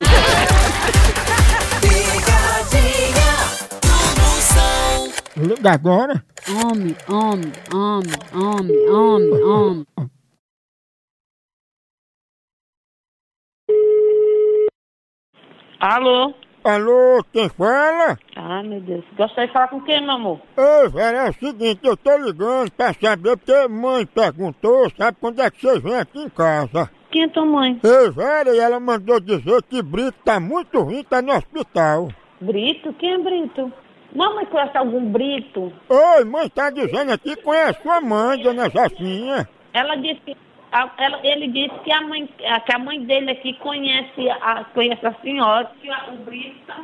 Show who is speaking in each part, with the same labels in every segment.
Speaker 1: Pegadinha do Moção.
Speaker 2: Liga agora.
Speaker 3: Homem, homem, homem, homem, homem, homem.
Speaker 4: Alô?
Speaker 2: Alô, quem fala?
Speaker 4: Ai, Ah, meu Deus. Gostaria de falar com quem, meu amor?
Speaker 2: Ô, Vera, é o seguinte, eu tô ligando pra saber porque mãe perguntou, sabe quando é que você vem aqui em casa?
Speaker 4: Quem é tua mãe?
Speaker 2: Ei, Vera, e ela mandou dizer que Brito tá muito ruim, tá no hospital.
Speaker 4: Brito? Quem é Brito? Mamãe conhece algum Brito?
Speaker 2: Oi, mãe tá dizendo aqui que conhece sua mãe, dona Jocinha.
Speaker 4: Ela disse... a- ela- ele disse que a, mãe, a- que a mãe dele aqui conhece a, conhece a senhora. Que a- o Brito tá...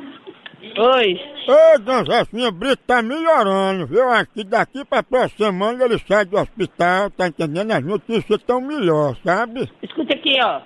Speaker 4: Oi.
Speaker 2: Ô, dona Jocinha, Brito tá melhorando, viu? Aqui daqui pra próxima semana ele sai do hospital, tá entendendo? As notícias estão melhor, sabe?
Speaker 4: Escuta aqui, ó.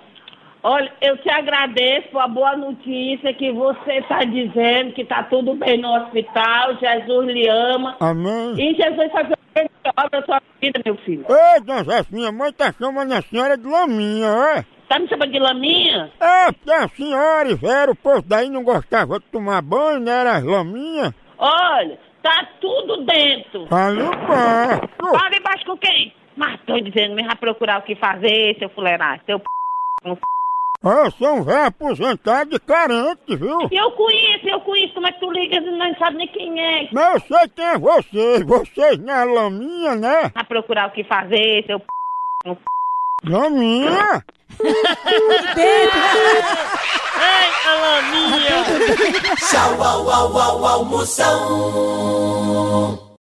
Speaker 4: Olha, eu te agradeço a boa notícia que você tá dizendo que tá tudo bem no hospital, Jesus lhe ama.
Speaker 2: Amém.
Speaker 4: E Jesus vai fazer a grande obra na sua vida, meu filho.
Speaker 2: Ô, dona Jocinha, mãe tá chamando a senhora de laminha, ó.
Speaker 4: Tá me chamando de laminha?
Speaker 2: É, porque a senhora, velho, o povo daí não gostava de tomar banho, né? Era as laminhas.
Speaker 4: Olha, tá tudo dentro.
Speaker 2: Falou baixo.
Speaker 4: Fala embaixo com quem? Mas tô dizendo, me vai procurar o que fazer, seu fuleiragem, seu p... no f***.
Speaker 2: Ó, eu sou um velho aposentado e carente, viu?
Speaker 4: E eu conheço, eu conheço, como é que tu liga e não sabe nem quem é?
Speaker 2: Mas eu sei quem é vocês. Vocês não é laminha, né?
Speaker 4: Vai procurar o que fazer, seu p... no f***.
Speaker 2: Laminha?
Speaker 1: Tchau, au, au, au, au, Moção.